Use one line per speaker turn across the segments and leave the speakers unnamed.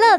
色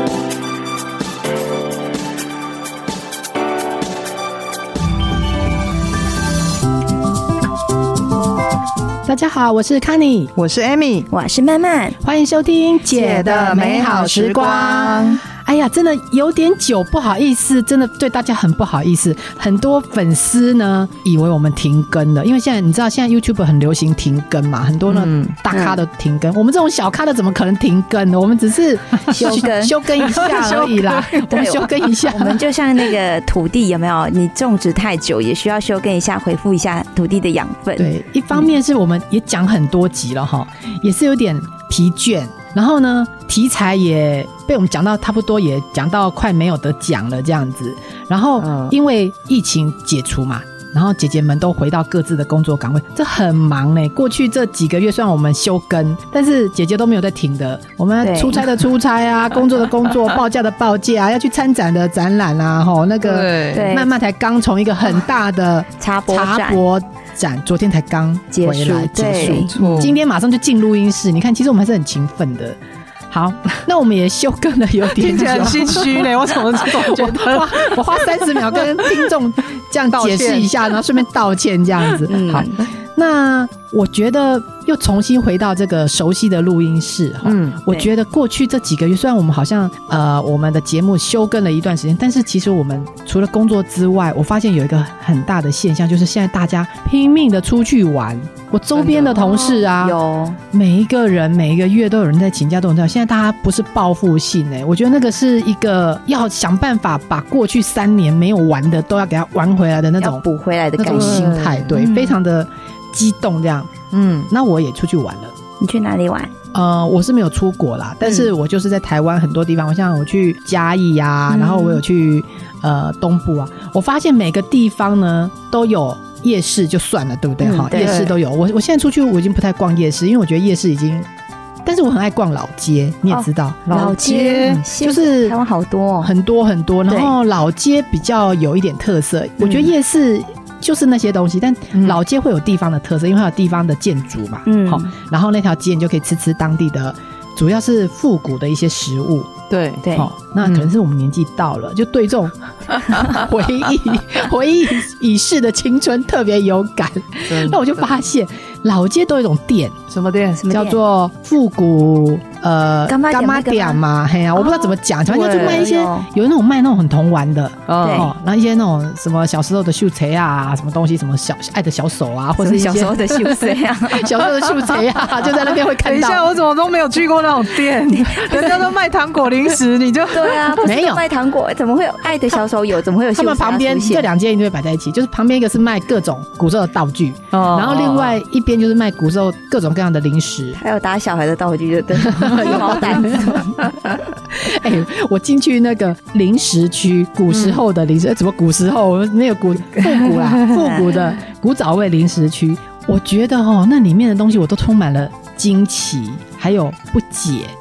大家好，我是 c a n n
我是 Amy，
我是曼曼，
欢迎收听《
姐的美好时光。
哎呀，真的有点久，不好意思，真的对大家很不好意思。很多粉丝呢，以为我们停更了，因为现在你知道，现在 YouTube 很流行停更嘛，很多呢、
嗯
大咖都停更，我们这种小咖的怎么可能停更呢？我们只是
休耕
休更一下而已啦，我们休更一下
我。们就像那个土地，有 没有？你种植太久，也需要修耕一下，回复一下土地的养分。，
对，一方面是我们也讲很多集了哈，也是有点疲倦。然后呢，题材也被我们讲到差不多，也讲到快没有得讲了这样子。然后
嗯
因为疫情解除嘛，然后姐姐们都回到各自的工作岗位，这很忙呢、过去这几个月虽然我们休更，但是姐姐都没有在停的。我们
对
出差的出差啊，工作的工作，报价的报价、啊，要去参展的展览啊，吼那个。
对，
对
慢慢才刚从一个很大的
插播
茶
站
博展昨天才刚
结
回
束
来，结
对
束，
错
今天马上就进录音室。你看，其实我们还是很勤奋的。好， 那我们也休更了有点
听
久
起来。很心虚嘞，我怎么总觉
我
得
花我花三十秒跟听众这样解释一下，然后顺便道歉这样子。
嗯
好，那我觉得又重新回到这个熟悉的录音室哈。
嗯
我觉得过去这几个月，虽然我们好像呃我们的节目休更了一段时间，但是其实我们除了工作之外，我发现有一个很大的现象，就是现在大家拼命的出去玩。我周边的同事啊，
哦有
每一个人每一个月都有人在请假，都有人在。现在大家不是报复性哎、我觉得那个是一个要想办法把过去三年没有玩的都要给它玩回来的那
要
种
补回来的
那
感
种
觉。
心态，对，
嗯
非常的激动这样。
嗯
那我也出去玩了。
你去哪里玩？
呃，我是没有出国
嗯
啦，但是我就是在台湾很多地方，我像我去嘉义呀、
嗯
然后我有去呃东部啊，我发现每个地方呢都有夜市，就算了，对不对？
嗯
哈、
对
夜市都有。我我现在出去我已经不太逛夜市，因为我觉得夜市已经，但是我很爱逛老街，你也知道，
哦老街嗯
就。是
台湾好多哦，
很多很多，
对嗯
然后老街比较有一点特色，我觉得夜市。就是那些东西，但
嗯
老街会有地方的特色，因为它有地方的建筑嘛，
嗯
好、然后那条街你就可以吃吃当地的，主要是复古的一些食物，
对
对，
好、那可能是我们年纪到了，就对这种回忆、回忆已逝的青春特别有感。
真的
那我就发现老街都有一种店
嗯什么店？
什么
叫
店
做复古呃
干妈店那个吗
店嘛，嘿呀、我不知道怎么讲，反正就
对
卖一些有
有
那种卖那种很童玩的。
对
哦，然后一些那种什么小时候的秀才啊，什么东西，什么小爱的小手啊，或者
什么
一些
小时候的秀色啊？
小时候的秀才啊，就在那边会
等
看
一
到。
下，我怎么都没有去过那种 店？人家都卖糖果零食，你就
对啊，不是
没有
卖糖果，怎么会有爱的小手有？怎么会有
他
秀色
们
啊
旁边
出现
这两间一定会摆在一起，就是旁边一个是卖各种古兽的道具，
然
哦
然后另外一边就是卖古兽各种各样的零食。
还有打小孩的道具，就对，有毛掸子，
哎、我进去那个零食区，古时候的零食，呃怎么古时候那个古复古 啦，复古的古早味零食区，我觉得哦，那里面的东西我都充满了惊奇，还有不解。
嗯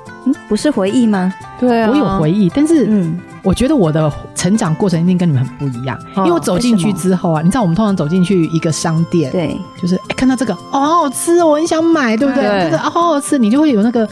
不是回忆吗？
对啊
我有回忆，但是
啊嗯，
我觉得我的成长过程一定跟你们很不一样，因为我走进去
哦为什么
之后啊，你知道我们通常走进去一个商店，
对，
就是、哎看到这个哦，好好吃哦，我很想买，对不对？
对哦
这个哦，好好吃，你就会有那个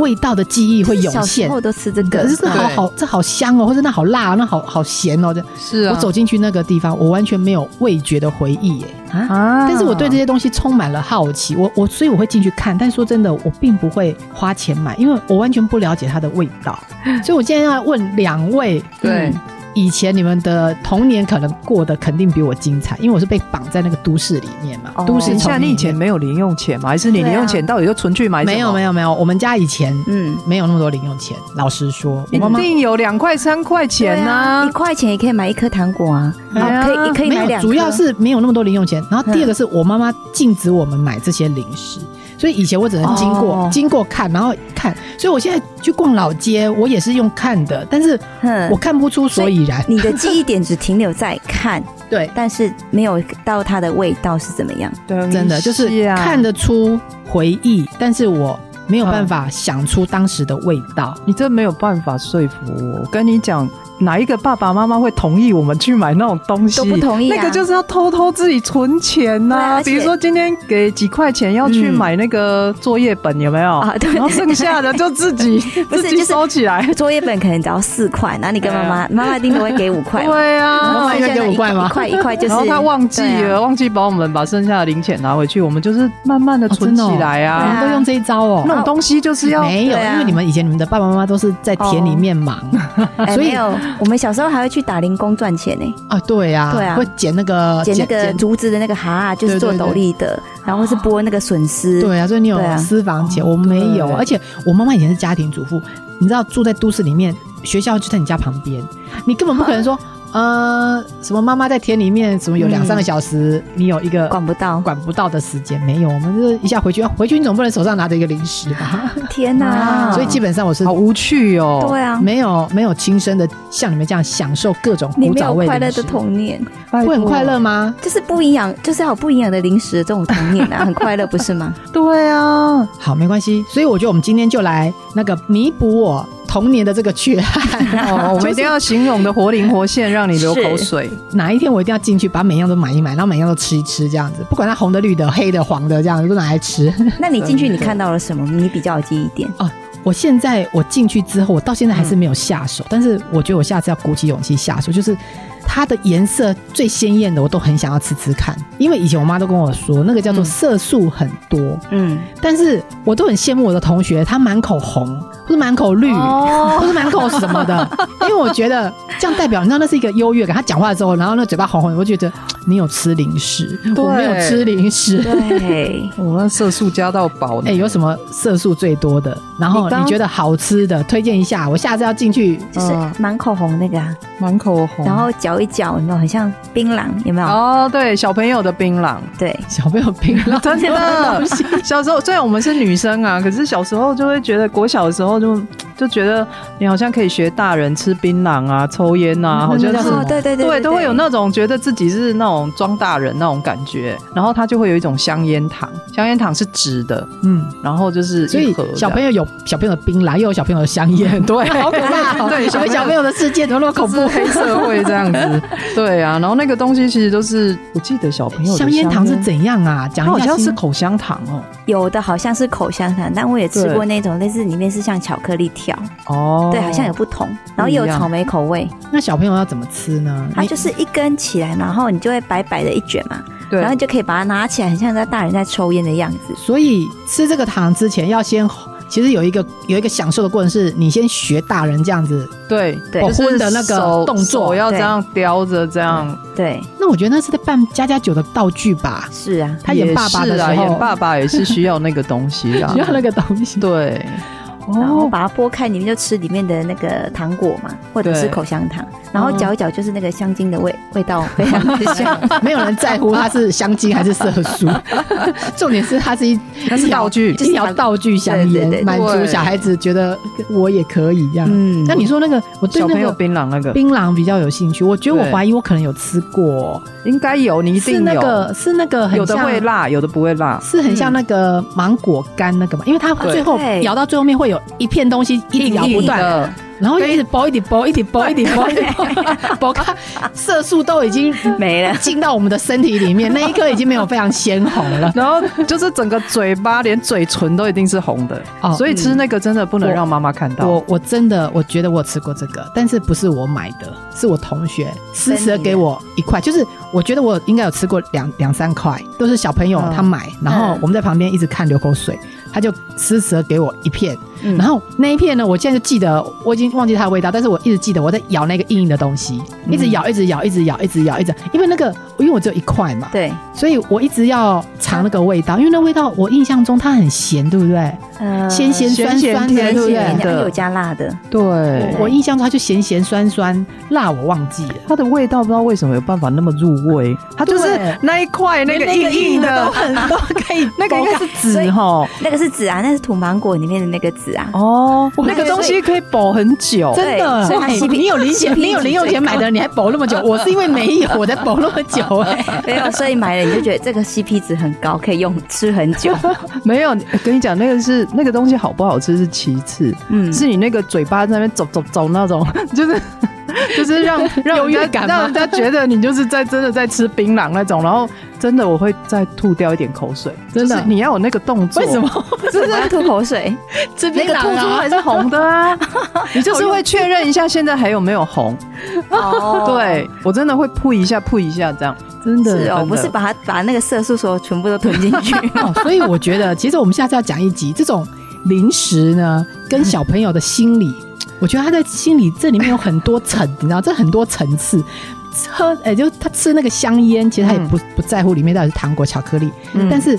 味道的记忆会
小
涌
时
现
候。都吃这
可
个，嗯
是这好好，这好香哦，或者那好辣，那好好咸哦。这
是啊，
我走进去那个地方，我完全没有味觉的回忆耶。
啊
但是我对这些东西充满了好奇，我我所以我会进去看，但说真的，我并不会花钱买，因为我完全不了解它的味 道。所以我今天要问两位，
对
嗯以前你们的童年可能过得肯定比我精彩，因为我是被绑在那个都市里面嘛，
哦
都市
等一
丛
下，
林
你
里
以
面
前没有零用钱吗？还是你
对啊
零用钱到底就存去买什么？
没有没有没有，我们家以前
嗯，
没有那么多零用钱。老实说，我妈
一
妈
定有两块三块
啊
钱啊
对啊
呐
一。块钱也可以买一颗糖果啊，
哎呀
哦，可以，也可以
没
买
有，
两颗，
主要是没有那么多零用钱。然后第二
嗯
个是我妈妈禁止我们买这些零食，所以以前我只能经过、
哦
经过看，然后看。所以我现在去逛老街，我也是用看的，但是
哼
我看不出所以然。
你的记忆点只停留在 看，
对，
但是没有到嗯它的味道是怎么样。啊
对啊
真的就是看
的
得出回忆，但是我没有办法想出当时的味道。
你真没有办法说服我。我跟你讲，哪一个爸爸妈妈会同意我们去买那种东西？
都不同意啊
那个就是要偷偷自己存钱
对
呐、
而且
比如说今天给几块钱要去
嗯
买那个作业本，有没有？
啊对
然后剩下的就自 己
不是
自己
就是
收起来。
作业本可能只要四块，然后你跟妈妈，妈妈一定都会给五块嘛。
对
然
啊
后
啊妈妈
剩
应该
下
给
的
五
一
块吗
一块一块就是，
然后他忘记
对
了，
啊
忘记把我们把剩下的零钱拿回去，我们就是慢慢的
哦
存
真的哦
起来啊。
你
对
们
啊
都用这一招哦。
那种东西就是要
没有，
对啊
因为你们以前你们的爸爸妈妈都是在田里面忙
哎
所以
没有，我们小时候还会去打零工赚钱呢，
啊，对呀，
对啊
会捡那个
捡那个竹子的那个蛤，就是做斗笠的，然后是剥那个笋丝。
对啊，所以你有
对啊
私房钱，我没有
对，
而且我妈妈以前是家庭主妇，你知道住在都市里面，学校就在你家旁边，你根本不可能 说，呃，什么妈妈在田里面，什么有两三个小时，你有一个
嗯管不到，
管不到的时间没有，我们就是一下回去，回去你总不能手上拿着一个零食 吧，
天哪！
啊
所以基本上我是
好无趣哦。
对啊，
没有没有亲身的像你们这样享受各种
你
古
没
早
有
味
快乐
零
的
食，
童年，
拜托
会很快乐？吗？
就是不营养，就是要有不营养的零食这种童年啊，很快乐不是 吗？
对啊，
好，没关系，所以我觉得我们今天就来那个弥补我童年的这个缺 憾。
哦，我们一定要形容的活灵活现，让你流口水。
哪一天我一定要进去，把每样都买一买，然后每样都吃一吃，这样子，不管它红的、绿的、黑的、黄的，这样子都拿来吃。
那你进去你看到了什么？你比较有记忆点。
我现在我进去之后，我到现在还是没有下手，但是我觉得我下次要鼓起勇气下手，就是它的颜色最鲜艳的，我都很想要吃吃看，因为以前我妈都跟我说，那个叫做色素很多，
嗯，
但是我都很羡慕我的同学，他满口红，或者满口绿。
哦，
或是满口什么 的，因为我觉得这样代表，你知道那是一个优越感。他讲话之后，然后那嘴巴红红的，我就觉得你有吃零食，我没有吃零食。
嗯
对，
我们色素加到饱呢，
哎、有什么色素最多的？然后
你刚
你觉得好吃的，推荐一下，我下次要进去。
嗯
就是满口红那个啊，
满口红。
然后嚼一嚼，有没有很像槟榔？有没有？
哦，对，小朋友的槟榔，
对，
小朋友槟榔
真的。小时候虽然我们是女生啊，可是小时候就会觉得，国小的时候就就觉得你好像可以学大人吃槟榔啊、抽烟啊，好像
那叫
是
什么
哦，对对
对，都会有那种觉得自己是那种装大人那种感觉，然后他就会有一种香烟糖，香烟糖是直的，
嗯，
然后就是
所
一
以
盒
小朋
友，
友有小朋友的槟榔，又有小朋友的香烟
对，
好可怕、哦！
对，
有个小朋友的世界怎么那么恐
是
怖？
黑社会这样子，对啊，然后那个东西其实都是我记得小朋友的
香烟糖是。怎样啊？
它
讲
好
一下
像
新
是口香糖哦，
有的好像是口香糖，但我也吃过那种类似里面是像巧克力条，
哦，
对，好像有不同，然后也有草莓口味，
那小朋友要怎么吃呢？
它就是一根起来嘛，然后你就会白白的一卷嘛，
对
然后你就可以把它拿起来，很像在大人在抽烟的样子。
所以吃这个糖之前要先，其实有一个有一个享受的过程，是你先学大人这样子。
对
对
就是
火锅的那个
手
动作
手要这样叼着这样，
对，
那我觉得那是在扮家家酒的道具吧。
是啊，
他演爸爸的
也是
时
啊
候，
演爸爸也是需要那个东西 啊
需，要那个东 西。
对，
然后
哦，
把它剥开，里面就吃里面的那个糖果嘛，或者是
对
口香糖，然后
哦
嚼一嚼，就是那个香精的味味道非常的香。
没有人在乎它是香精还是色 素，重点是它是一
那是道具
一条一条道具香
对对对
烟，满足
对
小孩子觉得我也可以这样。
嗯，
那你说那个，我对
小朋
那
友
个
槟榔那个
槟榔比较有兴趣，我觉得我
对
怀疑我可能有吃过，
应该有，你一定
是
有。
那个是那个很
有的
像
会辣，有的不会辣。
是很像那个芒果干那个嘛，因为它
嗯对
最后
对
咬到最后面会有一片东西一直咬不断，
的，
然后就一直剥，一直剥，一直剥，一直剥，一直 剥，剥开色素都已经
没了，
进到我们的身体里 面，那一刻已经没有非常鲜红了。
然后就是整个嘴巴，连嘴唇都一定是红的
哦，
所以吃那个真的不能
嗯
让妈妈看到。
我我真的我觉得我吃过这个，但是不是我买的，是我同学私
分
舍
你的
给我一块，就是我觉得我应该有吃过两两三块，都是小朋友
嗯
他买，然后我们在旁边一直看流口水，他就私舍给我一片，
嗯
然后那一片呢，我现在就记得，我已经忘记它的味道，但是我一直记得我在咬那个硬硬的东西，一直咬，一直咬，一直咬，一直咬，一直咬，因为那个因为我只有一块嘛，
对，
所以我一直要尝那个味道，因为那味道我印象中它很咸，对不对？
呃
咸咸酸酸的，
咸咸甜
对不
甜
对？
的，有加辣的，
对
我我印象中它就咸咸酸酸辣，我忘记了。
它的味道不知道为什么有办法那么入味，它就是
对
那一块那个硬硬的，
都可 以
那个应该是
所以
籽哈。
那个是籽啊，那是土芒果里面的那个籽啊。
哦，那个
对
东西可以保很久。
真的，
所以它
哇
CP
哎你有零钱，
CP
你有零用钱买的，你还保那 么久？我是因为没有，我才保那么久哎、
没有，所以买了你就觉得这个 CP 值很高，可以用吃很久。
没有，跟你讲，那个是是那个东西好不好吃是其次，
嗯，
是你那个嘴巴在那边走走走那种， 就是就 是让让
优越
人
感
家
吗
让人家觉得你就是在真的在吃槟榔那种，然后真的我会再吐掉一点口水，
真的
就是你要 有那个动作，
为什？么
是要吐口水，
这
那
边
个吐出来是红 的啊， 你就是会确认一下现在还有没有红。
哦，
对我真的会扑一下扑一下这样，
真的
是
真
哦，
的
不是把它把那个色素所有全部都吞进去，
哦，所以我 觉得，其实我们下次要讲一集这种零食呢，跟小朋友的心理，我觉得他在心理这里面有很多 层，你知道，这很多层次。喝，哎、就他吃那个香烟，其实他也不、不在乎里面到底是糖果、巧克力，
嗯
但是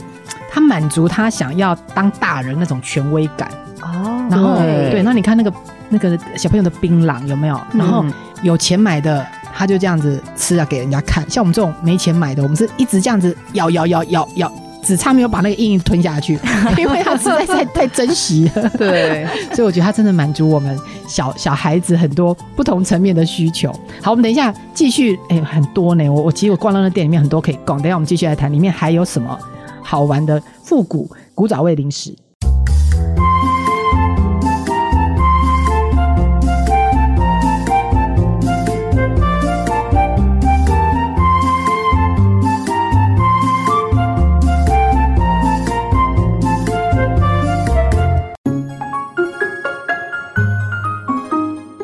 他满足他想要当大人那种权威感。
哦
然后
对
对，那你看那个那个小朋友的槟榔有没有？然后
嗯
有钱买的，他就这样子吃啊，给人家看。像我们这种没钱买的，我们是一直这样子咬咬咬咬咬，只差没有把那个硬硬吞下去，因为他实在是太太珍惜了。
对，
所以我觉得他真的满足我们小小孩子很多不同层面的需求。好，我们等一下继续，哎、很多呢。我我其实我逛到那店里面很多可以逛，等一下我们继续来谈里面还有什么好玩的复古古早味零食。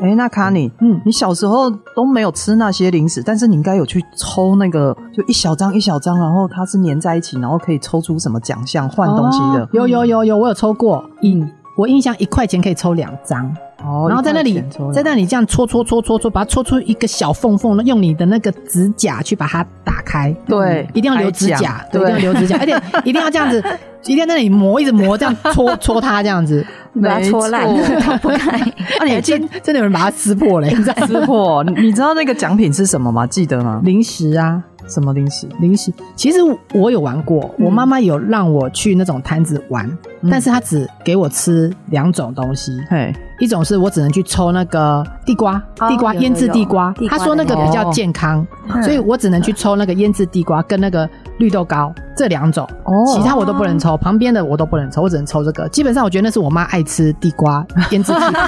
哎，那卡尼，
嗯，
你小时候都没有吃那些零食，但是你应该有去抽那个，就一小张一小张，然后它是粘在一起，然后可以抽出什么奖项换东西的
哦。有有有有，我有抽过，印我印象一块钱可以抽两张，
哦
然后在那里在 那里这样搓搓搓搓搓，把它搓出一个小缝缝，用你的那个指甲去把它打开。嗯
对
一定要留指
开
甲
甲，
对，一定要
对
留指甲，而且一定要这样 子，一定要在那里磨，一直磨，这样搓搓它，这样子。啊
把它搓烂，打不开，
那你还记
真真的有人把它撕破了，你知道吗？
吃货，你你知道那个奖品是什么吗？记得 吗？
零食啊，
什么零食？
零食。其实我有玩过，
嗯
我妈妈有让我去那种摊子玩，但是她只给我吃两种东西，
嘿，
一种是我只能去抽那个地瓜，
哦
地瓜
有有
腌制地瓜
有，
他说那个比较健康，
嗯
所以我只能去抽那个腌制地瓜跟那个绿豆糕这两种，
哦
其他我都不能抽，旁边的我都不能抽，我只能抽这个。基本上我觉得那是我妈爱吃地 瓜腌制地瓜，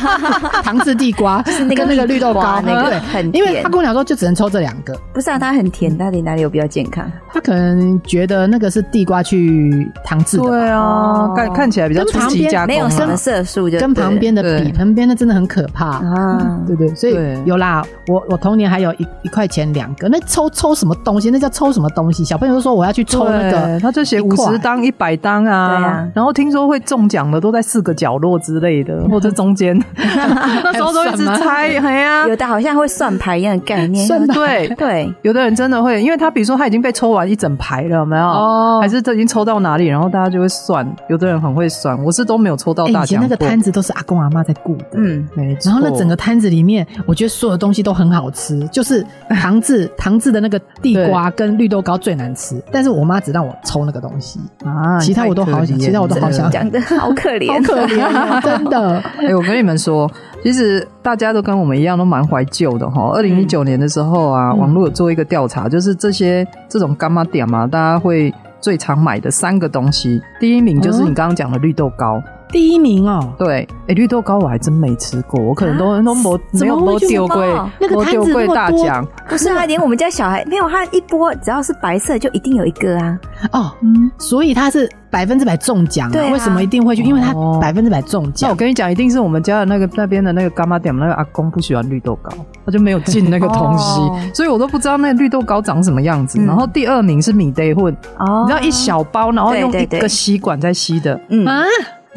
糖制地瓜跟
那个
那个绿豆糕，
那个
对，
很
因为
甜
她，跟我讲说就只能抽这两个。
不是啊，它很甜，到底哪里有比较健康？
她可能觉得那个是地瓜去糖制的，
对啊
哦，
看看起来比较初级加工
没有
啊，
什么色素就
跟旁边的比，
对
旁边的真的很可怕。
啊，
对对，所以
对
有啦。我我童年还有一一块钱两个，那抽抽什么东西？那叫抽什么东西？小朋友都说我要去抽那
对
个，
他就写
一
五
块
十当、一百当啊，
对啊
然后听说会中奖的都在四个角落之类的，或者中 间，那时候都一直猜，哎呀、
有的好像会算牌一样的概念，
算
对。
对，
有的人真的会，因为他比如说他已经被抽完一整排了，有没有？
哦
还是他已经抽到哪里，然后大家就会算。有的人很会算，我是都没有抽到
哎，
大
以前那
奖、
个摊，子都是阿公阿妈在顾的，
嗯，
没错。
然后那整个摊子里面，我觉得所有东西都很好吃，就是糖制糖制的那个地瓜跟绿豆糕最难吃，但是我妈只让我抽那个东西，
啊，
其他我都好
你太可怜
其他我都好想
了
讲的好可
好
怜，
可怜哦， 真的。
哎、我跟你们说，其实大家都跟我们一样，都蛮怀旧的哈。二零一九年的时候啊，
嗯
网络有做一个调查，就是这些这种干妈点嘛，啊大家会最常买的三个东西，第一名就是
哦
你刚刚讲的绿豆糕。
第一名哦，
对，哎、绿豆糕我还真没吃过，我可能都、都没
怎
没
啊么
有
会
没
就
丢过
到，
那个
没
摊
丢
子那
过
么
大
多
奖。
不是啊，连我们家小孩没有，他一波只要是白色就一定有一个啊，
哦，
嗯，
所以他是百分之百中奖
对
啊，
啊
为什么一定会去？因为他
哦
百分之百中
那我
奖。
跟你讲，一定是我们家的那个那边的那个干妈店那个阿公不喜欢绿豆糕，他就没有进那个东西，
哦
所以我都不知道那个绿豆糕长什么样子。
嗯
然后第二名是米袋混，
哦，
你知道一，小包，然后
哦
用
对
一
对对
个吸管在吸的，
嗯，
啊，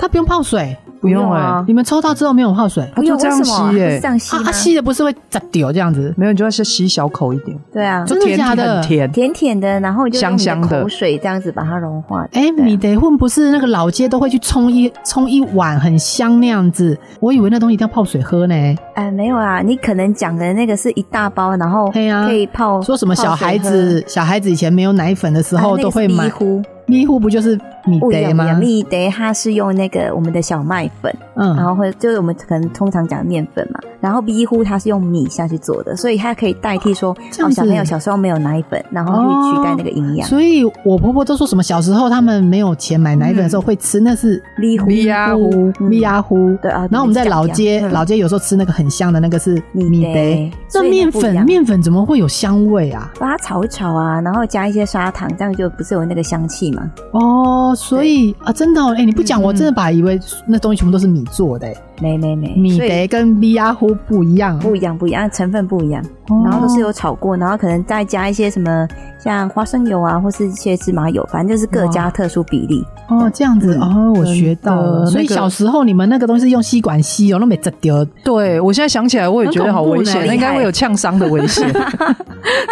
他不用泡水，
不用哎、
啊
你们抽到之后没有泡水啊？
它
不
就
用
这样
为什么啊
吸
不
哎、
是这样吸吗
啊，？吸的不是会砸掉这样子？
啊
没有，你就要先吸小口一点，
对啊，
真的
就甜
假的
很甜。
甜甜的，然后你就用
香
你
香的
口水这样子把它融化。
哎，
对啊
米得混不是那个老街都会去冲一冲一碗很香那样子，我以为那东西一定要泡水喝呢。
哎，没有啊，你可能讲的那个是一大包，然后
对啊
可以泡，
说什么小孩子小孩子以前没有奶粉的时
之
候都会买
迷糊，
咪糊，不就是米
不一
得
样不一
吗
样，？哦蜜得它是用那个我们的小麦粉，然
嗯，
后会就是我们可能通常讲的面粉嘛，然后米糊它是用米下去做的，所以它可以代替说
这
哦
样子哦
小朋友小时候没有奶粉，然后去取代那个营养。
所以我婆婆都说什么小时候他们没有钱买奶粉的时候会吃，那是
米糊
米呀糊
嗯
米呀糊。
对啊，
然后我们在老街，
嗯
老街有时候吃那个很香的那个是
米
得。
得，
这
所以
面
它不一
粉
样
面粉怎么会有香味啊？
把它炒一炒啊，然后加一些砂糖，这样就不是有那个香气嘛？
哦，所以啊，真的哦，哎、你不讲，
嗯
我真的把以为那东西全部都是米做的、哎
没没没，
米
所以
得跟米呀糊不一样，
不一样不一样，成分不一样，
哦
然后都是有炒过，然后可能再加一些什么像花生油啊，或是一些芝麻油，反正就是各加特殊比例。
哦，这样子、
嗯
哦，我学到了。
真的
所以
那个
小时候你们那个东西是用吸管吸哦，那没折丢。
对，我现在想起来，我也觉得好危
很恐
险，
怖呢
那应该会有呛伤的危险。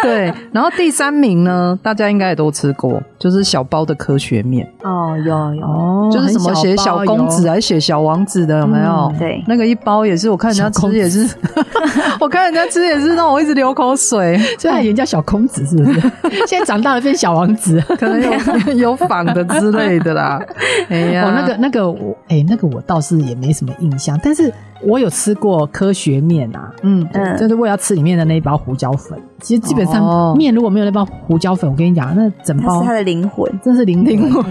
对，然后第三名呢，大家应该也都吃过，就是小包的科学面，
哦，有有，
哦
就是什么写小公
啊
子，还是写小王子的，有没有？
嗯
对
那个一包也是，我看人家
小公
吃
子
也是， 我看人家吃也是让我一直流口水，
所以还有人叫小公子是不 是？现在长大了变小王 子。
可能有有 仿的之类的啦。哎呀，
哦，那个那个我哎、那个我倒是也没什么印象，但是我有吃过科学面啊，
嗯，
嗯
就是为了要吃里面的那一包胡椒粉。其实基本
哦
上面如果没有那包胡椒粉，我跟你讲，那整
它
包
是它的灵魂。
真是零零魂。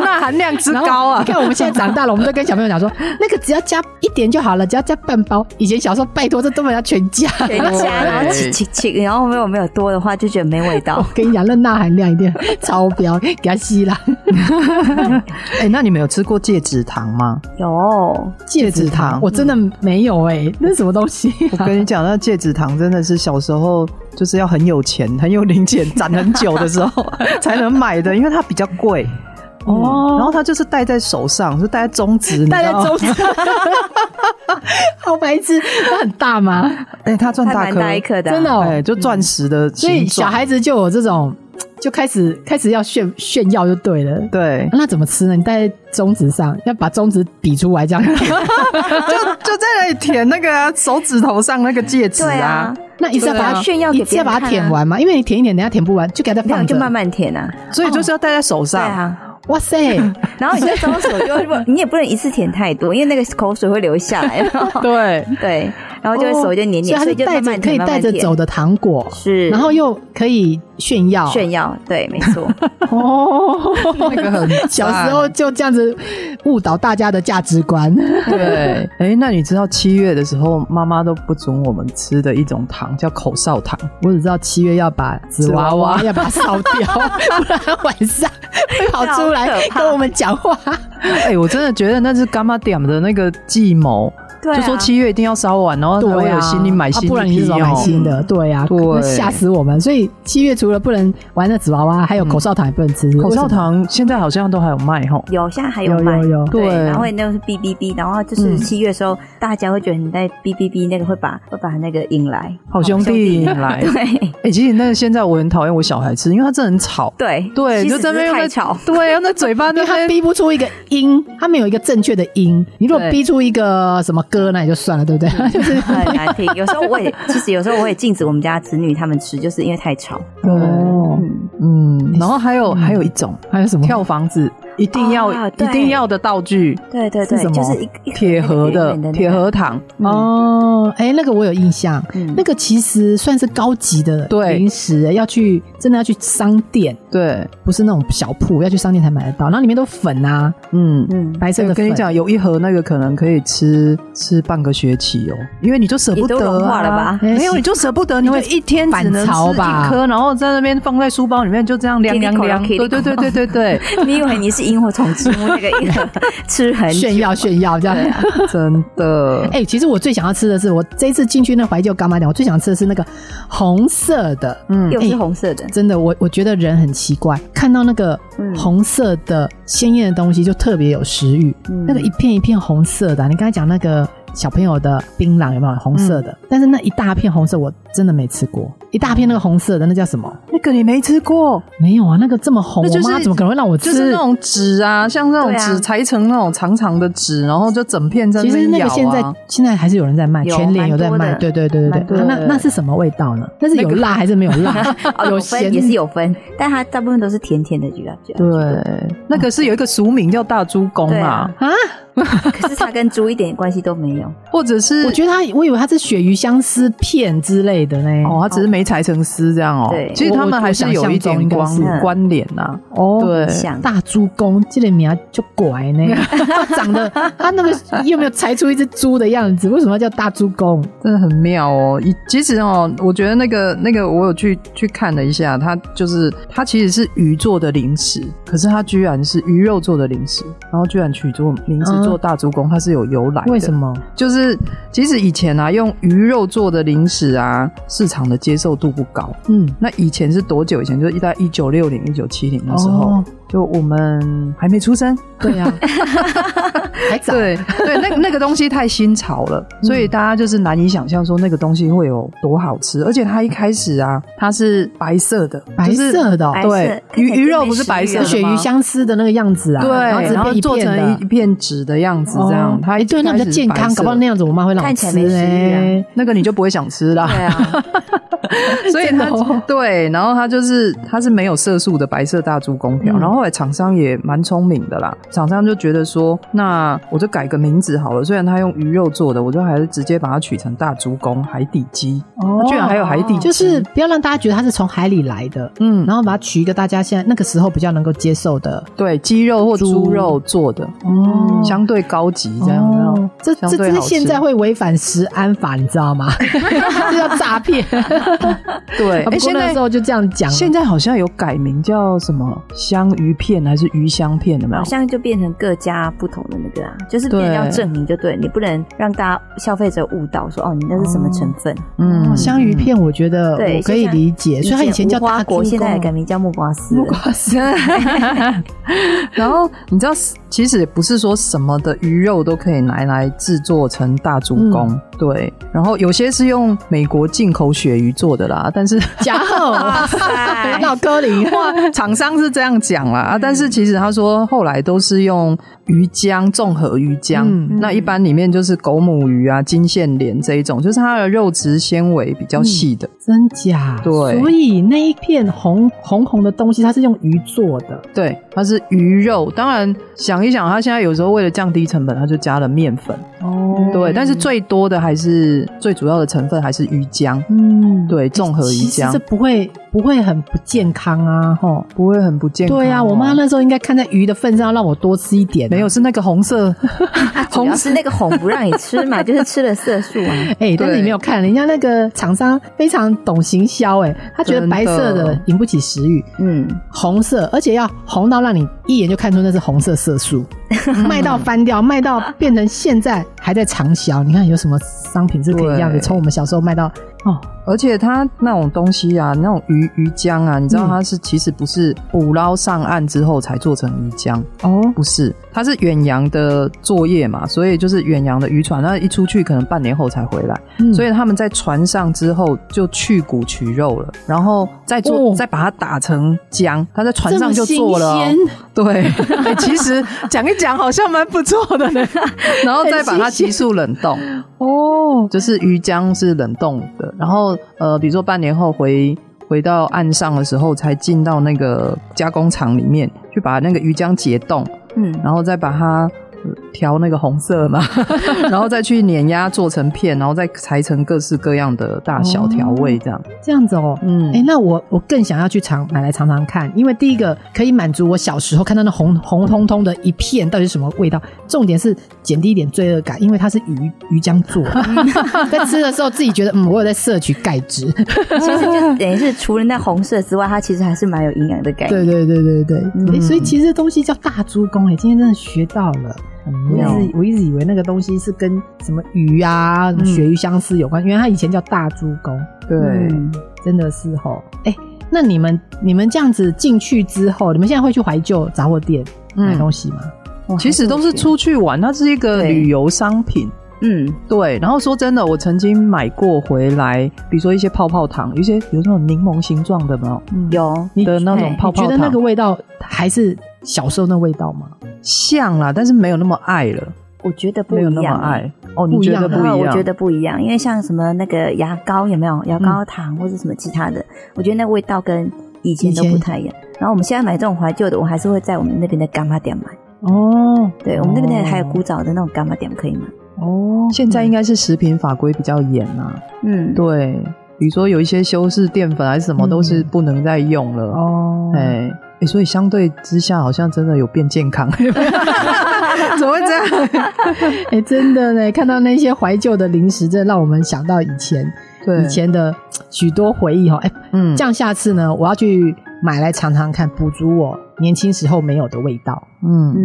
钠含量之
然后
高啊
嗯你！看我们现在长大了，我们都跟小朋友 讲说，那个只要加一点就好了，只要加半包。以前小时候拜托这根本要全 加。
全家，然后起起起，然后没有没有多的话，就觉得没味道
我。跟你讲，那钠含量一定 超标，给它吸了。
哎、那你们有吃过戒指糖吗？
哦
有，
戒
指糖
我真的没有哎、那是什么东西？
我跟你讲，那戒指糖真的是小时候就是要很有钱、很有零钱、攒很久的时候才能买的，因为它比较贵。
哦
然后它就是戴在手上，就戴在中指，
戴在
你知道吗
中指， 好白痴，它很大吗？
哎、它赚
还
大
蛮
颗，
大一颗的啊，
真的哦、
哎、就钻石的
所以
形
小
状
孩子就有这种，就开始开始要炫炫耀就对了。，
对
那怎么吃呢？你戴在中指上，要把中指比出来这样。
就就在那里舔那个啊、手指头上那个戒指
对啊，
那一次要把
对
它
啊炫耀给
一次要把它
别人看啊
舔完嘛，因为你舔一舔，等一下舔不完，就给它再
没有
放
就
着。
慢慢舔啊，
所以就是要戴在手
对
上。
哦
啊。
哇 塞，
然后你在装手就会，你也不能一次舔太多，因为那个口水会流下来。
对，
对，然后就会手就黏黏，
哦所
所
以
以就
它是带
慢
着
慢
可以
舔，慢
带
慢
着
舔。
走的糖果，
是，
然后又可以炫耀。
炫耀，对，没 错，
哦，
那个很赞
小时候就这样子误导大家的价值观。
对，哎、那你知道七月的时候，妈妈都不准我们吃的一种糖叫口哨糖，
我只知道七月要把纸娃娃要把它烧掉， 不然它晚上会跑出来
好可怕
跟我们讲话。
哎、我真的觉得那是干妈点的那个计谋，
对啊
就说七月一定要烧完，然后才哦会有心里买
啊
新一批、哦
不然你是怎么买新的？对呀，
对
那吓死我们。所以七月除了不能玩那纸娃娃，还有口哨糖也不能吃。
口哨
为什么
糖现在好像都还有卖吼。
有，现在还
有
卖
有，有，
对，
对
然后那个是哔哔哔，然后就
嗯
是七月的时候，大家会觉得你在哔哔哔，那个会把会把那个引来，
好兄弟引来
对
哎、其实那个现在我很讨厌我小孩吃，因为他真的很吵。
对
对，
其
就
实
这
只
边
是
用
太
那
吵，
对，用那嘴巴
因
那
为他
边
逼不出一个音，他没有一个正确的音。你如果
对
逼出一个什么歌，那也就算了，对不对？就是
很难听。有时候我也，其实有时候我也禁止我们家子女他们吃，就是因为太吵。
哦，
嗯，
嗯，然后还有、还有一种
还有什么？
跳房子，一定要、
啊
一
对
定要的道具，
对对
是
对
什，么
就是一个一个
铁盒
那个嗯
的
圆圆那
铁
个
盒糖。
哦，哎，那个我有印象，
嗯
那个其实算是高级的
对
零食，要去真的要去商店，
对，
不是那种小铺，要去商店才买得到。然后里面都粉啊，
嗯。
嗯，
白色
我
的粉。
跟你讲，有一盒那个可能可以吃吃半个学期哦，因为你就舍不得、啊、
也都融化了吧
哎
没有，
是
你就舍不得，你就一天只
反
能吃
潮吧
一颗，然后在那边放在书包里面，就这样凉凉凉。
Kitty
对
Corner，
对
Kitty
对对对对，
你以为你是萤火虫之墓那个 一盒吃很久
炫耀炫耀这样。
啊真的。
哎、其实我最想要吃的是，我这一次进去那怀旧干妈店，我最想吃的是那个红色的。
嗯，
又是红色的，
真的，我我觉得人很奇怪，看到那个
嗯
红色的鲜艳的东西就特别有食欲。
嗯
那个一片一片红色的啊、你刚才讲那个小朋友的槟榔有没有红色
嗯
的？但是那一大片红色我真的没吃过，一大片那个红色的那叫什么？
那个你没吃过，
没有啊，那个这么红，
那就是
我妈怎么可能会让我吃？
就是那种纸啊，像那种
对啊
纸裁成那种长长的纸，然后就整片在
其实
边
那
咬
个现在
啊。
现在还是有人在卖，
有
全脸有在
蛮
卖，
多的
对对对对
蛮多
对。
的
啊那那是什么味道呢？那是有辣还是没有辣？
哦，有分
咸
也是有分，但它大部分都是甜甜的橘啊橘啊。
对，那个是有一个俗名叫大猪公
对
啊
啊，
啊？
可是它跟猪一点关系都没有。
或者是
我觉得它，我以为它是鳕鱼香丝片之类的呢。
哦，它只是没裁成丝这样哦。
对
其实他们还是有一点
我我我想象中应该
关
是
关联啊呐。
哦
对
像
大猪公这个名就拐 呢，长得它那个有没有裁出一只猪的样子？为什么要叫大猪公？
真的很妙哦！以其实哦，我觉得那个那个，我有去去看了一下，它就是它其实是鱼做的零食，可是它居然是鱼肉做的零食，然后居然取做名字
嗯
做大猪公，它是有由来的。
为什？么？
就是其实以前啊，用鱼肉做的零食啊，市场的接受度不高。
嗯，
那以前是多久以前？就是在一九六零、一九七零的时候，
哦
就我们还没出生，
对 呀，还早。
对对，那那个东西太新潮了，
嗯
所以大家就是难以想象说那个东西会有多好吃。而且它一开始啊，它是白色的，
白
就是
色的哦
白色
对
看，起来
鱼鱼
就
肉
没
不是
食
白
欲
色
像
了
的
鳕
吗
鱼。相思的那个样子啊，
对，
只
然后
变一
做
片
成
的
一。片纸的样子，这样
哦，
它一
对，那
开
比较
始是
健
白
康，
色
搞不好那样子我妈会让我
看
吃
起来没食欲啊
嘞
那个你就不会想吃啦
对。啊，
所以
真的
它
哦
对，然后它就是它是没有色素的白色大猪公票，
嗯
然后后来厂商也蛮聪明的啦，厂商就觉得说，那我就改个名字好了，虽然它用鱼肉做的，我就还是直接把它取成大猪公海底鸡，
哦
居然还有海底鸡，
就是不要让大家觉得它是从海里来的，
嗯，
然后把它取一个大家现在那个时候比较能够接受的
对，鸡肉或
猪
猪肉做的，
哦
相对高级这样，有没有
哦，这
相
这
对
这是
好吃
现在会违反食安法，你知道 吗？这叫诈骗。
对，
啊不
哎，
过
现
那
在
时。候就这样讲，
现在好像有改名叫什么香鱼片还是鱼香片，有没有
好？像就变成各家不同的那个啊，就是变成要
对
证明就对，你不能让大家消费者误导说哦，你那是什么成分？
嗯
哦香鱼片，我觉得
对
我可以
像
理解，所以它以前叫
无花
大
果，
猪
现在
公
改名叫木瓜丝了。
哇 塞！然后你知道，其实也不是说什么的鱼肉都可以拿来制作成大猪公，对。然后有些是用美国进口鳕鱼做的啦，但是
假后，
塞
哦老哥林话
厂商是这样讲啦、 啊但是其实他说后来都是用鱼浆综合鱼浆，
嗯
那一般里面就是狗母鱼啊、金线莲这一种，就是它的肉质纤维比较细的，
真假？
对
所以那一片红红红的东西，它是用鱼做的。
对，它是鱼肉。当然想一想，它现在有时候为了降低成本，它就加了面粉。
哦
对，但是最多的还是最主要的成分还是鱼浆，
嗯，
对，综合鱼
其实
浆
这不会不会很不健康啊，吼。
不会很不健康哦。
对啊，我妈那时候应该看在鱼的份上，让我多吃一点、啊
没有，是那个红色，
主要是那个红不让你吃嘛，就是吃了色素啊。
哎、但是
对
你没有看，人家那个厂商非常懂行销，哎，他觉得白色
真
的
的
引不起食欲，
嗯，
红色，而且要红到让你一眼就看出那是红色色素，卖到翻掉，卖到变成现在还在畅销。你看有什么商品是可以这样子
对
从我们小时候卖到哦，
而且它那种东西啊，那种鱼鱼浆啊，你知道
嗯
它是、其实不是捕捞上岸之后才做成鱼浆，
哦，
不是，它是远洋的作业嘛，所以就是远洋的渔船，那一出去可能半年后才回来，所
以
以他们在船上之后就去骨取肉了，然后再做、
哦
再把它打成浆，他在船上就做了哦、对， 欸其实讲一讲好像蛮不错的呢。 然后再把它急速冷冻，
哦，
就是鱼浆是冷冻的。然后呃，比如说半年后回回到岸上的时候，才进到那个加工厂里面去把那个鱼浆解冻，
嗯，
然后再把它。呃调那个红色嘛， 然后再去碾压做成片，然后再裁成各式各样的大小调味，这样。
这样子哦。
嗯
哎、，那我我更想要去尝买来尝尝看，因为第一个
嗯
可以满足我小时候看到那红红彤彤的一片到底是什么味道，重点是减低一点罪恶感，因为它是鱼鱼浆做的， 在吃的时候自己觉得嗯，我有在摄取钙质，
其实就等于是除了那红色之外，它其实还是蛮有营养的概念。
对对对对对，
嗯
诶所以其实这东西叫大猪公、哎，今天真的学到了。
很
我一
妙。
直我一直以为那个东西是跟什么鱼啊、什
嗯
么鳕鱼相思有关，原来它以前叫大猪公，
对，
嗯，
真的是吼。哎、那你们你们这样子进去之后，你们现在会去怀旧杂货店买
嗯
东西吗？
哇
其实都是出去玩，它是一个
对
旅游商品。
嗯，
对，然后说真的，我曾经买过回来，比如说一些泡泡糖，有一些有那种柠檬形状的嘛，
有
你的那种泡
嗯你
泡
觉
糖，
得那个味道还是小时候那味道吗？
像啦，但是没有那么爱了，
我觉得不
没有
一
那么
样。欸
爱哦，
不
你
一
觉
样嗯
得不一
啊
样？
我觉得不一样，因为像什么那个牙膏有没有牙膏糖或者什么其他的，我觉得那味道跟以前都
以前
不太一样。然后我们现在买这种怀旧的，我还是会在我们那边的干妈店买。
哦
对我们那边的还有
哦
古早的那种干妈店可以买。
哦，现在应该是食品法规比较严啊，
嗯，
对，比如说有一些修饰淀粉啊还是什么，
嗯
都是不能再用了。
哦
哎、欸所以相对之下，好像真的有变健康， 怎么会这样？
哎、真的呢， 看到那些怀旧的零食，真的让我们想到以前
对，
以前的许多回忆哈。哎、
嗯
这样下次呢，我要去买来尝尝看，补足我年轻时候没有的味道。
嗯，
嗯，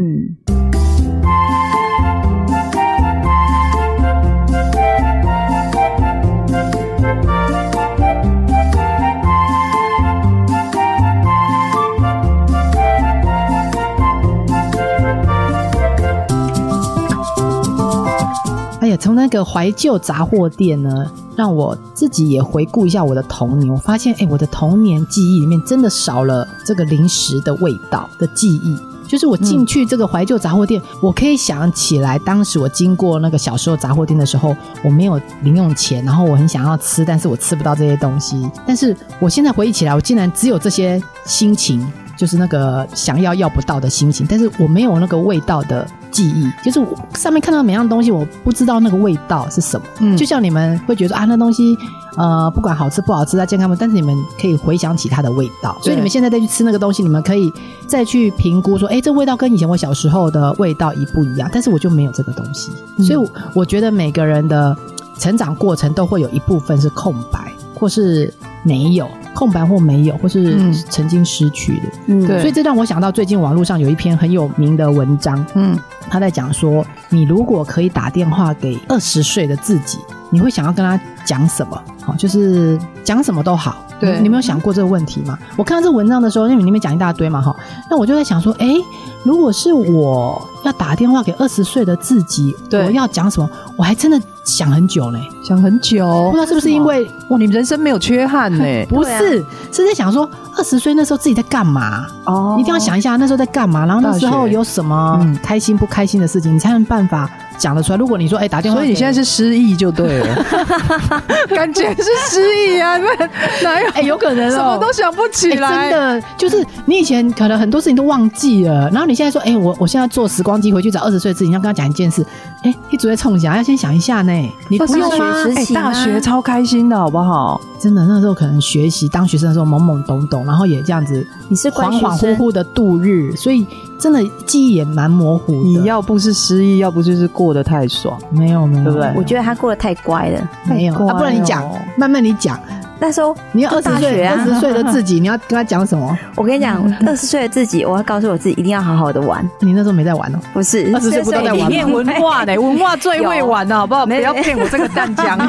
哎呀，从那个怀旧杂货店呢，让我自己也回顾一下我的童年。我发现，哎，我的童年记忆里面真的少了这个零食的味道的记忆。就是我进去这个怀旧杂货店，我可以想起来，当时我经过那个小时候杂货店的时候，我没有零用钱，然后我很想要吃，但是我吃不到这些东西。但是我现在回忆起来，我竟然只有这些心情，就是那个想要要不到的心情，但是我没有那个味道的记忆，就是我上面看到每样东西，我不知道那个味道是什么。
嗯
就像你们会觉得啊，那东西呃不管好吃不好吃，它健康不，但是你们可以回想起它的味道。所以
对
你们现在再去吃那个东西，你们可以再去评估说，哎，这味道跟以前我小时候的味道一不一样？但是我就没有这个东西，
嗯
所以我我觉得每个人的成长过程都会有一部分是空白，或是没有空白或没有，或是
嗯
曾经失去的。
嗯
对
所以这让我想到最近网络上有一篇很有名的文章，
嗯，
他在讲说，你如果可以打电话给二十岁的自己，你会想要跟他讲什么？好，就是讲什么都好。
对
你你有没有想过这个问题嘛？我看到这文章的时候，因为里面讲一大堆嘛，哈，那我就在想说，哎、如果是我要打电话给二十岁的自己，
对
我要讲什么？我还真的想很久呢，
想很久，
不知道是不是因为
哇，你人生没有缺憾呢、
不
对啊
是、是在想说二十岁那时候自己在干嘛？
哦
一定要想一下那时候在干嘛，然后那时
大
候
学
有什么
嗯
开心不开心的事情，你才有办法讲得出来。如果你说，哎、打电话
所
给，
以你现在是失忆就对了， 感觉是失忆啊，不然哪有
哎、有可能、哦
什么都想不起
哎
来？
真的就是你以前可能很多事情都忘记了，然后你现在说，哎、我我现在坐时光机回去找二十岁的自己，你要跟他讲一件事，哎、一直在冲想，要先想一下呢。你不用吗？
时
哎、
期
大
吗
学超开心的好不好？
真的那时候可能学习当学生的时候懵懵懂懂，然后也这样子
你是乖
恍
学
恍惚
生
惚的度日，所以真的记忆也蛮模糊的。
你要不是失忆，要不就是过得太爽。
没有没有，
对不对
我觉得他过得太乖了。
没有
太乖
啊，不然你讲
了，
慢慢你讲。
那时候
你要二
就
十
大
岁
学
二
啊
十，岁的自己，你要跟他讲什 么？
我跟你 讲，二十岁的自己，我要告诉我自己一定要好好的玩，
你那时候没在玩哦，
不是
20岁不都在玩吗
里
你
面
念文化呢，文化最会
有
玩了，好不好？不
没
要骗我这个淡江 的。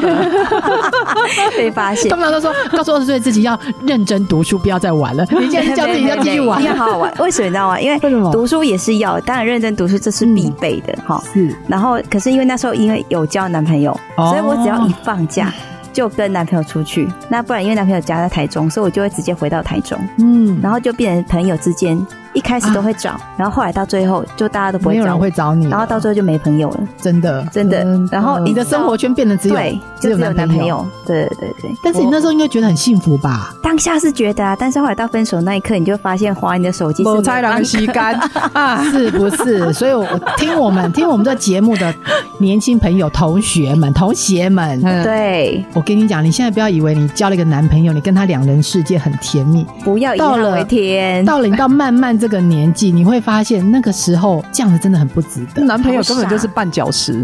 被发现
他。们都说告诉二十岁的自己要认真读书，不要再玩 了。你 现在叫自己要继续玩
一定，要好好玩。为什么你知道吗？因为
为什么
读书也是要，当然认真读书这是必备的
嗯
哈。
是
然后，可是因为那时候因为有交男朋友，
哦嗯
所以我只要一放假。就跟男朋友出去，那不然因为男朋友家在台中，所以我就会直接回到台中，
嗯，
然后就变成朋友之间一开始都会找，然后后来到最后就大家都不
啊没
会
有
找
人
我，
会找你了，啊
然后到最后就没朋友了，
真的
真的。然后
你的
直到
生活圈变得只有
对，
哦只
就
有
只有
男
男
朋
朋
友。
友，对对对对。
但是你那时候应该觉得很幸福吧？
当下是觉得啊，但是后来到分手那一刻，你就发现花你的手机是
我
没
猜
办
两
法
个吸 干啊！
是不 是？所以我听我们听我们这节目的年轻朋友、同学们、同学们，
哎
对，
我跟你讲，你现在不要以为你交了一个男朋友，你跟他两人世界很甜蜜，
不要以
到
憾
了
为 天。
到了你到慢慢这个年纪，你会发现那个时候这样子真的很不值得。
男朋友根本就是绊脚石，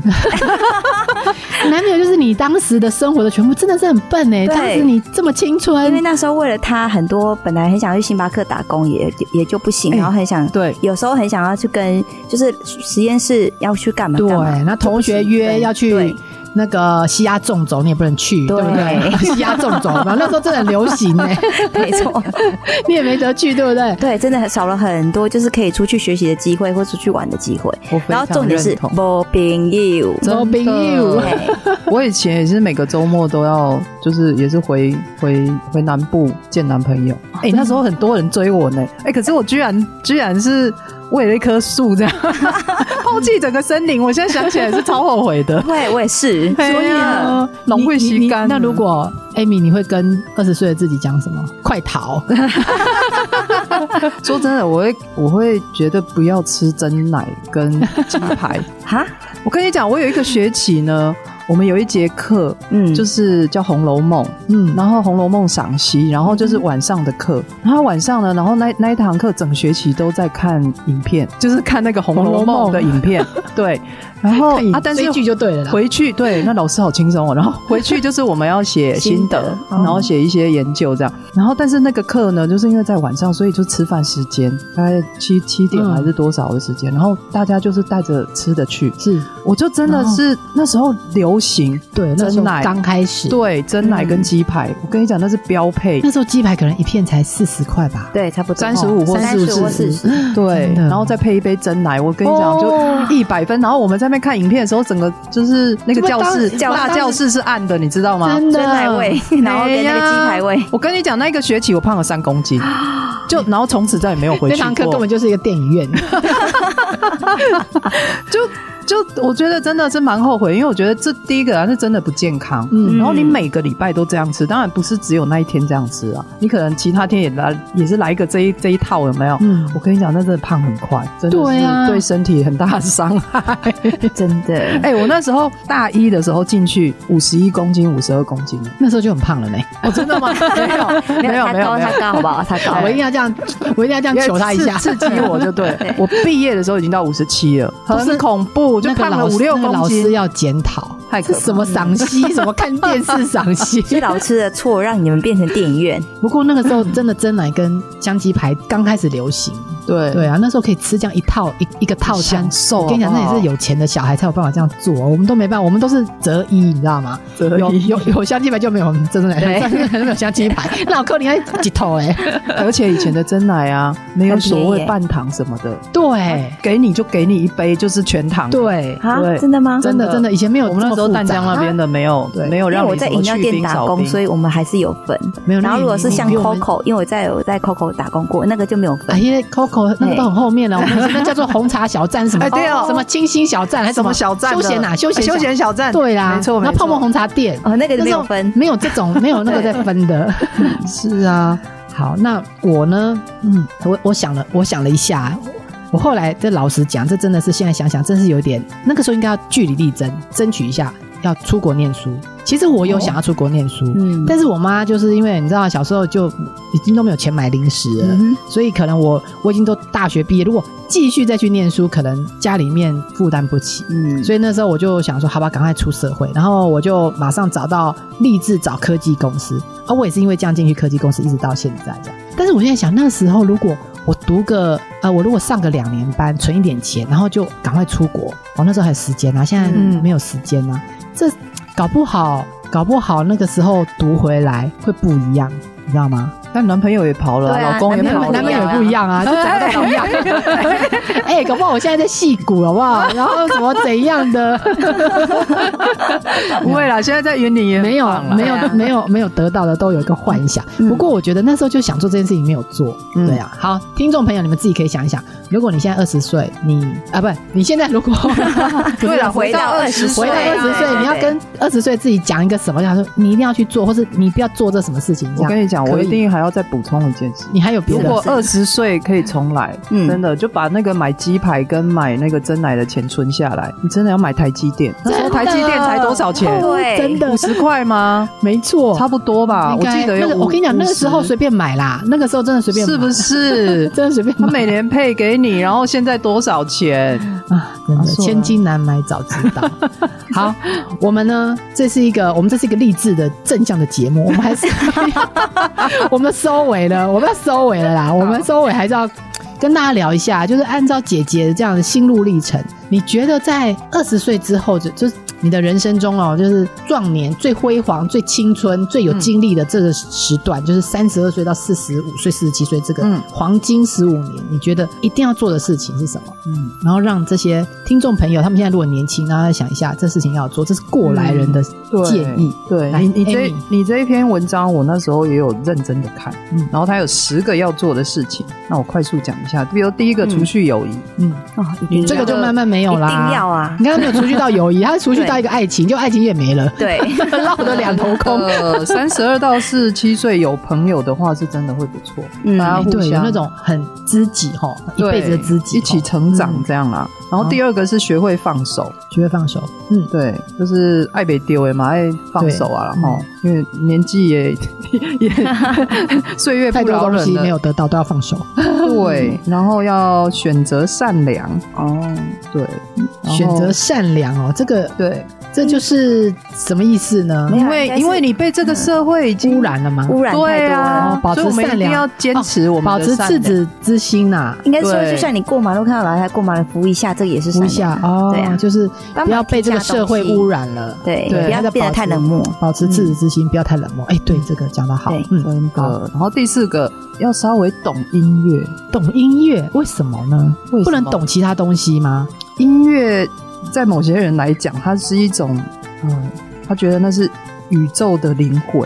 男朋友就是你当时的生活的全部，真的是很笨哎、
对
当时你这么青
因为
春，
那时候为了他，很多本来很想去星巴克打工也，也也就不行，
哎
然后很想、
对
有时候很想要去跟就是实验室要去干嘛
对，
干嘛，
那同学
就不行
约
对
要去
对
那个西亚纵走，你也不能去，对
对
不 对？西亚纵走嘛，那时候真的很流行呢、
没错，
你也没得去，对不对？
对，真的很少了很多，就是可以出去学习的机会或出去玩的机会。
我非
然后
常
重点是
认同
没朋友，。
真的
周冰友，
我以前也是每个周末都要，就是也是回回回南部见男朋友。
哦
哎、那时候很多人追我呢，哎、可是我居然居然是为了一棵树这样 抛弃整个森林，我现在想起来是超后悔 的
对，我也是。
所以
啊
龙会吸干。
那如果 Amy，你会跟二十岁的自己讲什么？快逃！
说真的，我会我会觉得不要吃真奶跟鸡排。
哈，
我跟你讲，我有一个学期呢，我们有一节课
嗯，
就是是叫《红楼梦》。
嗯，
然后《红楼梦》赏析，然后就是晚上的课，然后晚上呢，然后那那一堂课整学期都在看影片，就是看那个《红楼梦》的 影片，对，然后
看影
啊，但是
追剧就对了啦
回去对，那老师好轻松哦，然后回去就是我们要写心
心
得，
得
哦
然后写一些研究这样，然后但是那个课呢，就是因为在晚上，所以就吃饭时间大概七七点
嗯
还是多少的时间，然后大家就是带着吃的去，
是
我就真的
然后
是那时候流行。
对，那时候
真奶
刚开始，
对，真奶跟鸡排，我跟你讲，那是标配。
那时候鸡排可能一片才四十块吧。
对，差不多哦
35或
三十
45
或四十，
对
真，的
然后再配一杯真奶，我跟你讲，
哦
就一百分。然后我们在那边看影片的时候，整个就是那个教室，
这么当
大教室是暗的，你知道吗？
真的
真奶味， 然后跟那个鸡排味
哎呀，我跟你讲，那一个学期我胖了三公斤，就然后从此再也没有回
那
去
堂课根
过
本。就是一个电影院，
就就我觉得真的是蛮后悔，因为我觉得这第一个啊是真的不健康，
嗯
然后你每个礼拜都这样吃，当然不是只有那一天这样吃啊，你可能其他天也来也是来一个这一这一套有没有？
嗯
我跟你讲，那真的胖很快，真的
对啊
是对身体很大的伤 害。
真的。
哎、我那时候大一的时候进去，五十一公斤，五十二公斤，
那时候就很胖了呢。
哦，真的吗？ 没有，没有，
他
没有，
高
没有
他。高好不好？他高
我一定要这样，我一定要这样求他一下。
刺刺激我就 对了
对。
我毕业的时候已经到五十七了，
不是
很恐怖，就
那个
胖了
老
五
师，
六
那个
公
老师
斤。
要检讨，
太可
这
怕
什么赏析，什么看电视赏析。
是老吃的错，让你们变成电影院。
不过那个时候真的真奶跟香鸡排刚开始流行，
对
对啊，那时候可以吃这样一套一一个套餐
享。受
我跟你讲，
好
那
不好
也是有钱的小孩才有办法这样做，哦我们都没办法，我们都是择一，你知道吗？
择一
有有有香鸡排就没有我们真奶，
对
真 奶没有香鸡排， 那我扣你还几头哎，
而且以前的真奶啊，没有
很便宜
所谓
耶
半糖什么的，
对
给你就给你一杯，就是全糖。，
对，
啊，
对
真的吗？
真的真的，以前没有
我们那
这么
时候
复
淡
杂
江那边的没有
对
没有
因为
让
我
你
在
什
饮
么
料
去
店
冰
打
少
工，
冰，
所以我们还是有分。
没有。
然后如果是像
你比我们
Coco，因为我在我在 Coco 打工过，那个就没有
啊，
分。
因为 Coco 那个都很后面了， 我们那叫做红茶小站什么，
嗯哎对哦
什么清新小站还是
什么小站
休
的哎
闲啊，休闲
休闲小站，
对啦，
没错没
那
错。
泡沫红茶店
哦，那个就
那
没
时
有
候
分。
没有这种没有那个在分 的，是啊。好，那我呢？嗯，我我想了，我想了一下，我后来这老实讲，这真的是现在想想，真是有点那个时候应该要据理力争，争取一下要出国念书。其实我有想要出国念书，
嗯
但是我妈就是因为你知道小时候就已经都没有钱买零食了，
嗯
所以可能我我已经都大学毕业，如果继续再去念书，可能家里面负担不起。
嗯，
所以那时候我就想说，好吧，赶快出社会，然后我就马上找到立志找科技公司啊，我也是因为这样进去科技公司，一直到现在这样。但是我现在想，那时候如果我读个呃，我如果上个两年班，存一点钱，然后就赶快出国，我、那时候还有时间啊，现在
嗯
没有时间啊，这搞不好，搞不好那个时候读回来会不一样，你知道吗？
但男朋友也跑了啊，
对啊
老公也
男
跑
朋
了
友
啊，
男朋友也不一样啊，就长得都一样。 哎、搞不好我现在在戏骨，好不 好？然后什么怎样的？
不会啦，现在在云林也很
没有嗯
棒啦
没有
对啊
没有没有得到的都有一个幻想。
嗯
不过我觉得那时候就想做这件事情没有做，
嗯
对啊。好，听众朋友，你们自己可以想一想，如果你现在二十岁，你啊不，你现在如 果不是
对
20
了，回
啊回
到
到
二十
20
岁，
回到
对
二十
对
岁，你要
对
跟二十岁自己讲一个什么？他说你一定要去做，或是你不要做这什么事情。这
我
样
跟你讲，
可
我
以
一定还要再补充一件事。
你还有别
如
的哦
果二十岁可以重来，
嗯
真的就把那个买鸡排跟买那个真奶的钱存下来。你真的要买台积电？那时候台积电才多少钱？
对
真的
五十块吗？
没错，
差不多吧，
应
我
该
记得有
那个
50。
我跟你讲，那个时候
50
随便买啦，那个时候真的随便买，
是不是？
真的随便
他
买？
每年配给你，然后现在多少钱？
啊，真的
啊是我
千金难买早知 道。好，我们呢，这是一个我们这是一个励志的正向的节目，我们还是 我们收尾了，我们要收尾了啦，我们收尾还是要跟大家聊一下，就是按照姐姐这样的心路历程，你觉得在二十岁之后，就就是你的人生中哦，就是壮年最辉煌、最青春、最有精力的这个时段，就是三十二岁到四十五岁、四十七岁这个
嗯
黄金十五年，你觉得一定要做的事情是什么？
嗯，
然后让这些听众朋友，他们现在如果年轻，然后再想一下这事情要做，这是过来人的
对
建议。
对
来
你你这
Amy
你这一篇文章，我那时候也有认真的看，
嗯
然后它有十个要做的事情，那我快速讲一下，比如第一个，
嗯
除去友谊，
嗯，
哦，一定要
这个就慢慢没有啦。
一定要啊，
你看他没有除去到友谊，他除去到一个爱情，就爱情也没 了，
对，
落得 两头 空。
呃，三十二到四十七岁有朋友的话，是真的会不错，
嗯
大家互
哎对，有
相
那种很知己哈，一
对
辈子的知己吼，
一起成长
嗯
这样啦。然后第二个是学会放手，
学会放手。嗯，
对，就是爱被丢哎嘛，爱放手啊，然后因为年纪也 也 岁月
太
不
多
饶
东
人
西没
了，
有嗯得到都要放手。
对，然后要选择善良，
哦，
对，然 后
选择善良哦，这个
对，
这就是什么意思呢？
没有
因为
应该是
因为你被这个社会已
嗯
经
污染了吗？
污染太
对
多
啊
了。
哦，保持
所以我们一
善
定
良，哦
要坚持我们
保
的
持
善
赤
良
子之心啊呐、
应该说，
对
就算你过马路看到老太太过马路，扶一下，这个也是
服
善
一下
良
哦，
对啊，
就是
帮忙
不要被这个社会
提下东西
污染了，
对
对
不要
大家
变
保
得
持
太冷漠。嗯
保持赤子之心，不要太冷漠。哎，对，这个讲得好
对，
嗯，
真
好
呃的。然后第四个要稍微懂音乐，
懂音乐为什么呢？
为什么
不能懂其他东西吗？
音乐在某些人来讲，它是一种，嗯，他觉得那是宇宙的灵魂，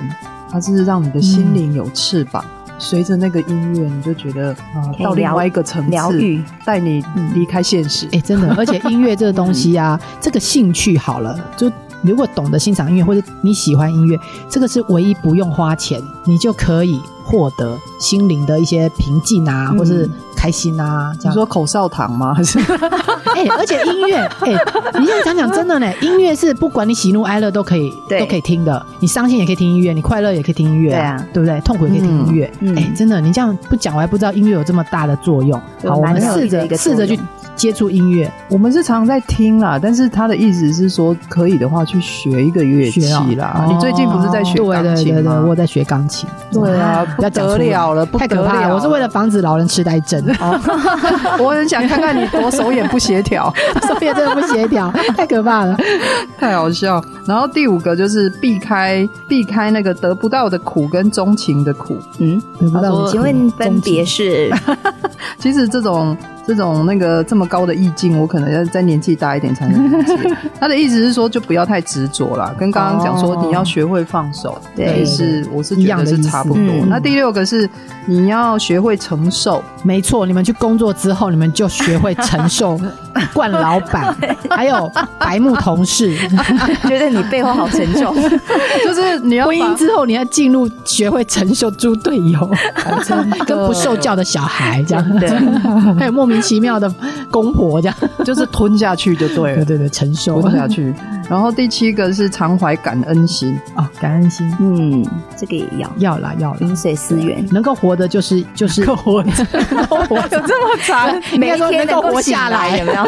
它是让你的心灵有翅膀。随着那个音乐，你就觉得啊、
可以
到另
疗
外一个层
疗
次，
愈，
带你离开现实。
哎， 真的，而且音乐这个东西啊，
嗯
这个兴趣好了，就如果懂得欣赏音乐，或者你喜欢音乐，这个是唯一不用花钱，你就可以获得心灵的一些平静啊，
嗯
或是开心啊，这
你
样。
说口哨糖吗？ 还是
哎、而且音 乐，哎、你现在讲讲真的呢，音乐是不管你喜怒哀乐都可以，
对
都可以听的。你伤心也可以听音乐，你快乐也可以听音乐、
对啊
对不对？痛苦也可以听音乐。哎、
嗯嗯
真的，你这样不讲，我还不知道音乐有这么大的作用。
有
好，我们
哦蛮疗愈
试
的
着
一个
试着
作用
去接触音乐，
我们是常在听啦，但是他的意思是说，可以的话去学一个乐器
学
啦。
啊
你最近不是在学
对
钢
对
琴
对对，
吗？
我在学钢琴。
对啊，
不
不
要讲出
得
来
了了，不
太
得
可怕了！我是为
了，
了防止老人痴呆症，
我很想看看你多手眼不协调。
所以真的不协调，太可怕了。
太好笑。然后第五个就是避开避开那个得不到的苦跟钟情的苦。
嗯，
得不到
他说
的
请问分别
钟情
是
其实这种这种那个这么高的意境，我可能要再年纪大一点才能理 解。他的意思是说，就不要太执着啦，跟刚刚讲说
哦
你要学会放手，
对
其实我是觉得是差不多
一样的意。思嗯
那第六个是你要学会承受，
没错，你们去工作之后，你们就学会承 受惯老板，还有白目同事。
觉得你背后好沉 重，
就是你要
婚姻
把
之后，你要进入学会承受猪队友，跟不受教的小孩这样，
对，
还有莫名其妙的公婆这样。
就是吞下去就对
对
了。
对对，承受 哦
吞下去，然后第七个是常怀感恩心，
哦，感恩心
嗯，这个也要
要啦要啦
饮，水思源，
能够活的就是就是能够活 着，能够活着
这么长
应该说
每天
能够
能够
活
醒
下
来
来
有没有？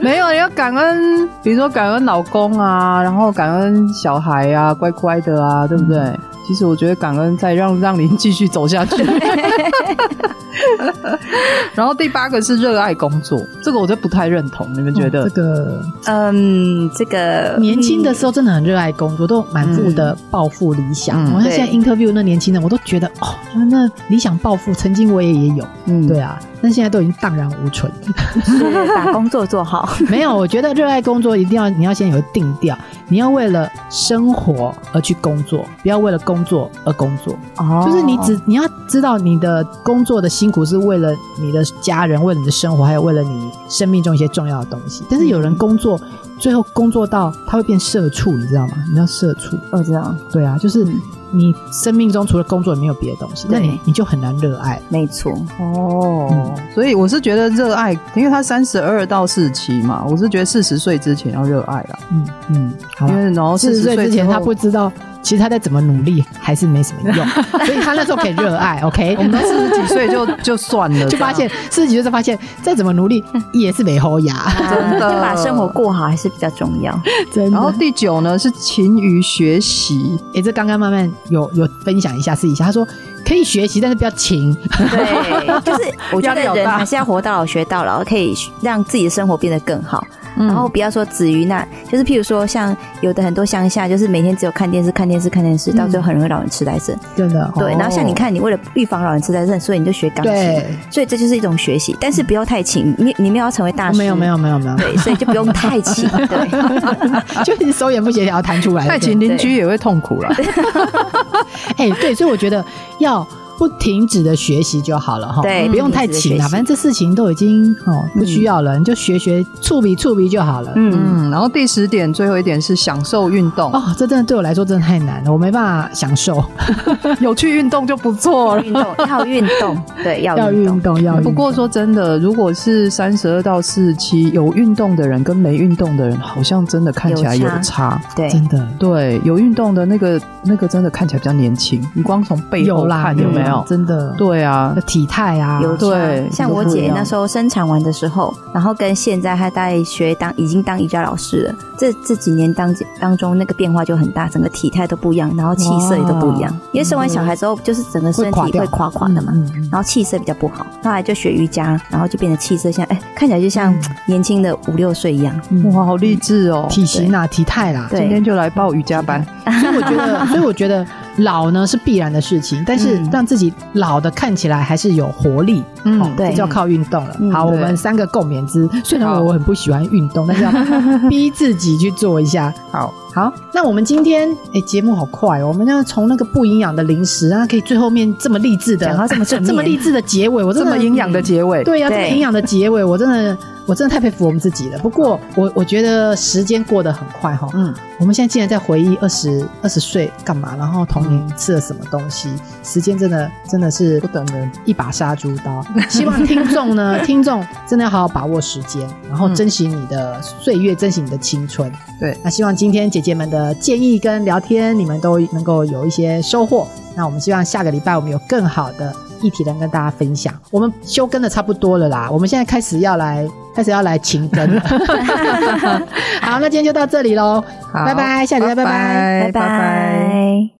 没有，你要感恩，比如说感恩老公啊，然后感恩小孩啊，乖乖的啊，对不对？
嗯
其实我觉得感恩在让让您继续走 下去。然后第八个是热爱工作，这个我就不太认同，你们觉得？
哦这个
嗯，这个
年轻的时候真的很热爱工作，都满腹的抱负理想。
嗯
我看现在
对
interview 那年轻人，我都觉得哦，那理想抱负，曾经我也也有，
嗯
对，啊，但现在都已经荡然无存。
嗯是把工作做 好，
没有，我觉得热爱工作一定要，你要先有定调，你要为了生活而去工作，不要为了工作而工作。
哦
就是你只你要知道你的工作的辛苦是为了你的家人，为了你的生活，还有为了你生命中一些重要的东西。但是有人工作，最后工作到他会变社畜，你知道吗？你知道社畜，
我知道，
对啊，就是
嗯
你生命中除了工作也没有别的东西，那你
对
你就很难热爱。
没错，
哦，所以我是觉得热爱，因为他三十二到四十七嘛，我是觉得四十岁之前要热爱啦，
嗯，
嗯，
好
因
吧。
为然后
四十
40
岁
岁
之前，
后
他不知道，其实他再怎么努力还是没什么用，所以他那时候可以热爱，OK
我。们到四十几岁就就算了，
就发现四十几岁才发现，再怎么努力也是没后牙，
真的
就啊把生活过好还是比较重要。
真的。
然后第九呢是勤于学习，
也是刚刚慢慢有有分享一下试一下，他说可以学习，但是不要勤。
对，就是我觉
压力
得
好
人
大
还是要活到老学到老，可以让自己的生活变得更好。
嗯
然后不要说止于那，就是譬如说像有的很多乡下，就是每天只有看电视、看电视、看电视，到最后很容易老人痴呆症。
真的哦
对，然后像你看，你为了预防老人痴呆症，所以你就学钢琴，
对，
所以这就是一种学习，但是不要太勤，你你们要成为大师，
没有没有没有没有，
对，所以就不用太勤，对，
就是手眼不协调弹出来。
太勤邻居也会痛苦啦。
哎、对，所以我觉得要不停止的学习就好了哈，
对
不用太勤了，
不停止地学习
反正这事情都已经哦不需要了，你就学学触笔触笔就好了。
嗯，
嗯，然后第十点，最后一点是享受运 动，
哦，这真的对我来说真的太难了，我没办法享受。
有去运动就不错了。
运动 要运动，对，要
要
运
运
动，
动，要运动
嗯不过说真的，如果是三十二到四十七，有运动的人跟没运动的人，好像真的看起来有
有
差。
差对，
真的
对，有运动的那个那个真的看起来比较年轻，你光从背后
有啦，
看有没有？
真的，
对啊，
体态啊，
有差
对
像
都
我
不一
姐那
样
时候生产完的时候，然后跟现在她在学当已经当瑜伽老师了，这这几年当当中那个变化就很大，整个体态都不一样，然后气色也都不一样
哇。
因为生完小孩之后，就是整个身
垮
体
掉
会垮垮的嘛，
嗯嗯
然后气色比较不好。后来就学瑜伽，然后就变得气色像哎，看起来就像年轻的五六岁一样。
嗯
哇，好励志哦！
体型啊，体态啦，
对
今天就来报瑜伽班，
所以我觉得，所以我觉得老呢是必然的事情，但是
嗯
让自己老的看起来还是有活力，
嗯
哦
对
这就要靠运动了。
嗯
好，我
对
们三个共勉之。虽然
好
我很不喜欢运动，但是要逼自己去做一下。
好，
好，那我们今天哎，节目好快哦，我们要从那个不营养的零食啊，可以最后面这么励志的，
讲到这么正面
这么励志的结尾，我真
这
的嗯
么营养的结尾，
对呀、啊这
对
么营养的结尾，我真的我真的太佩服我们自己了。不过我我觉得时间过得很快哈、
嗯，
我们现在竟然在回忆二十二十岁干嘛，然后童年吃了什么东西，时间真的真的是
不等人，
一把杀猪 刀。希望听众呢，听众真的要好好把握时间，然后
嗯
珍惜你的岁月，珍惜你的青春。
对，
那希望今天姐姐们的建议跟聊天，你们都能够有一些收获。那我们希望下个礼拜我们有更好的议题能跟大家分享。我们休更的差不多了啦，我们现在开始要来开始要来勤更 了。 好，那今天就到这里喽，
好
拜拜，下礼拜拜拜
拜拜。
拜拜。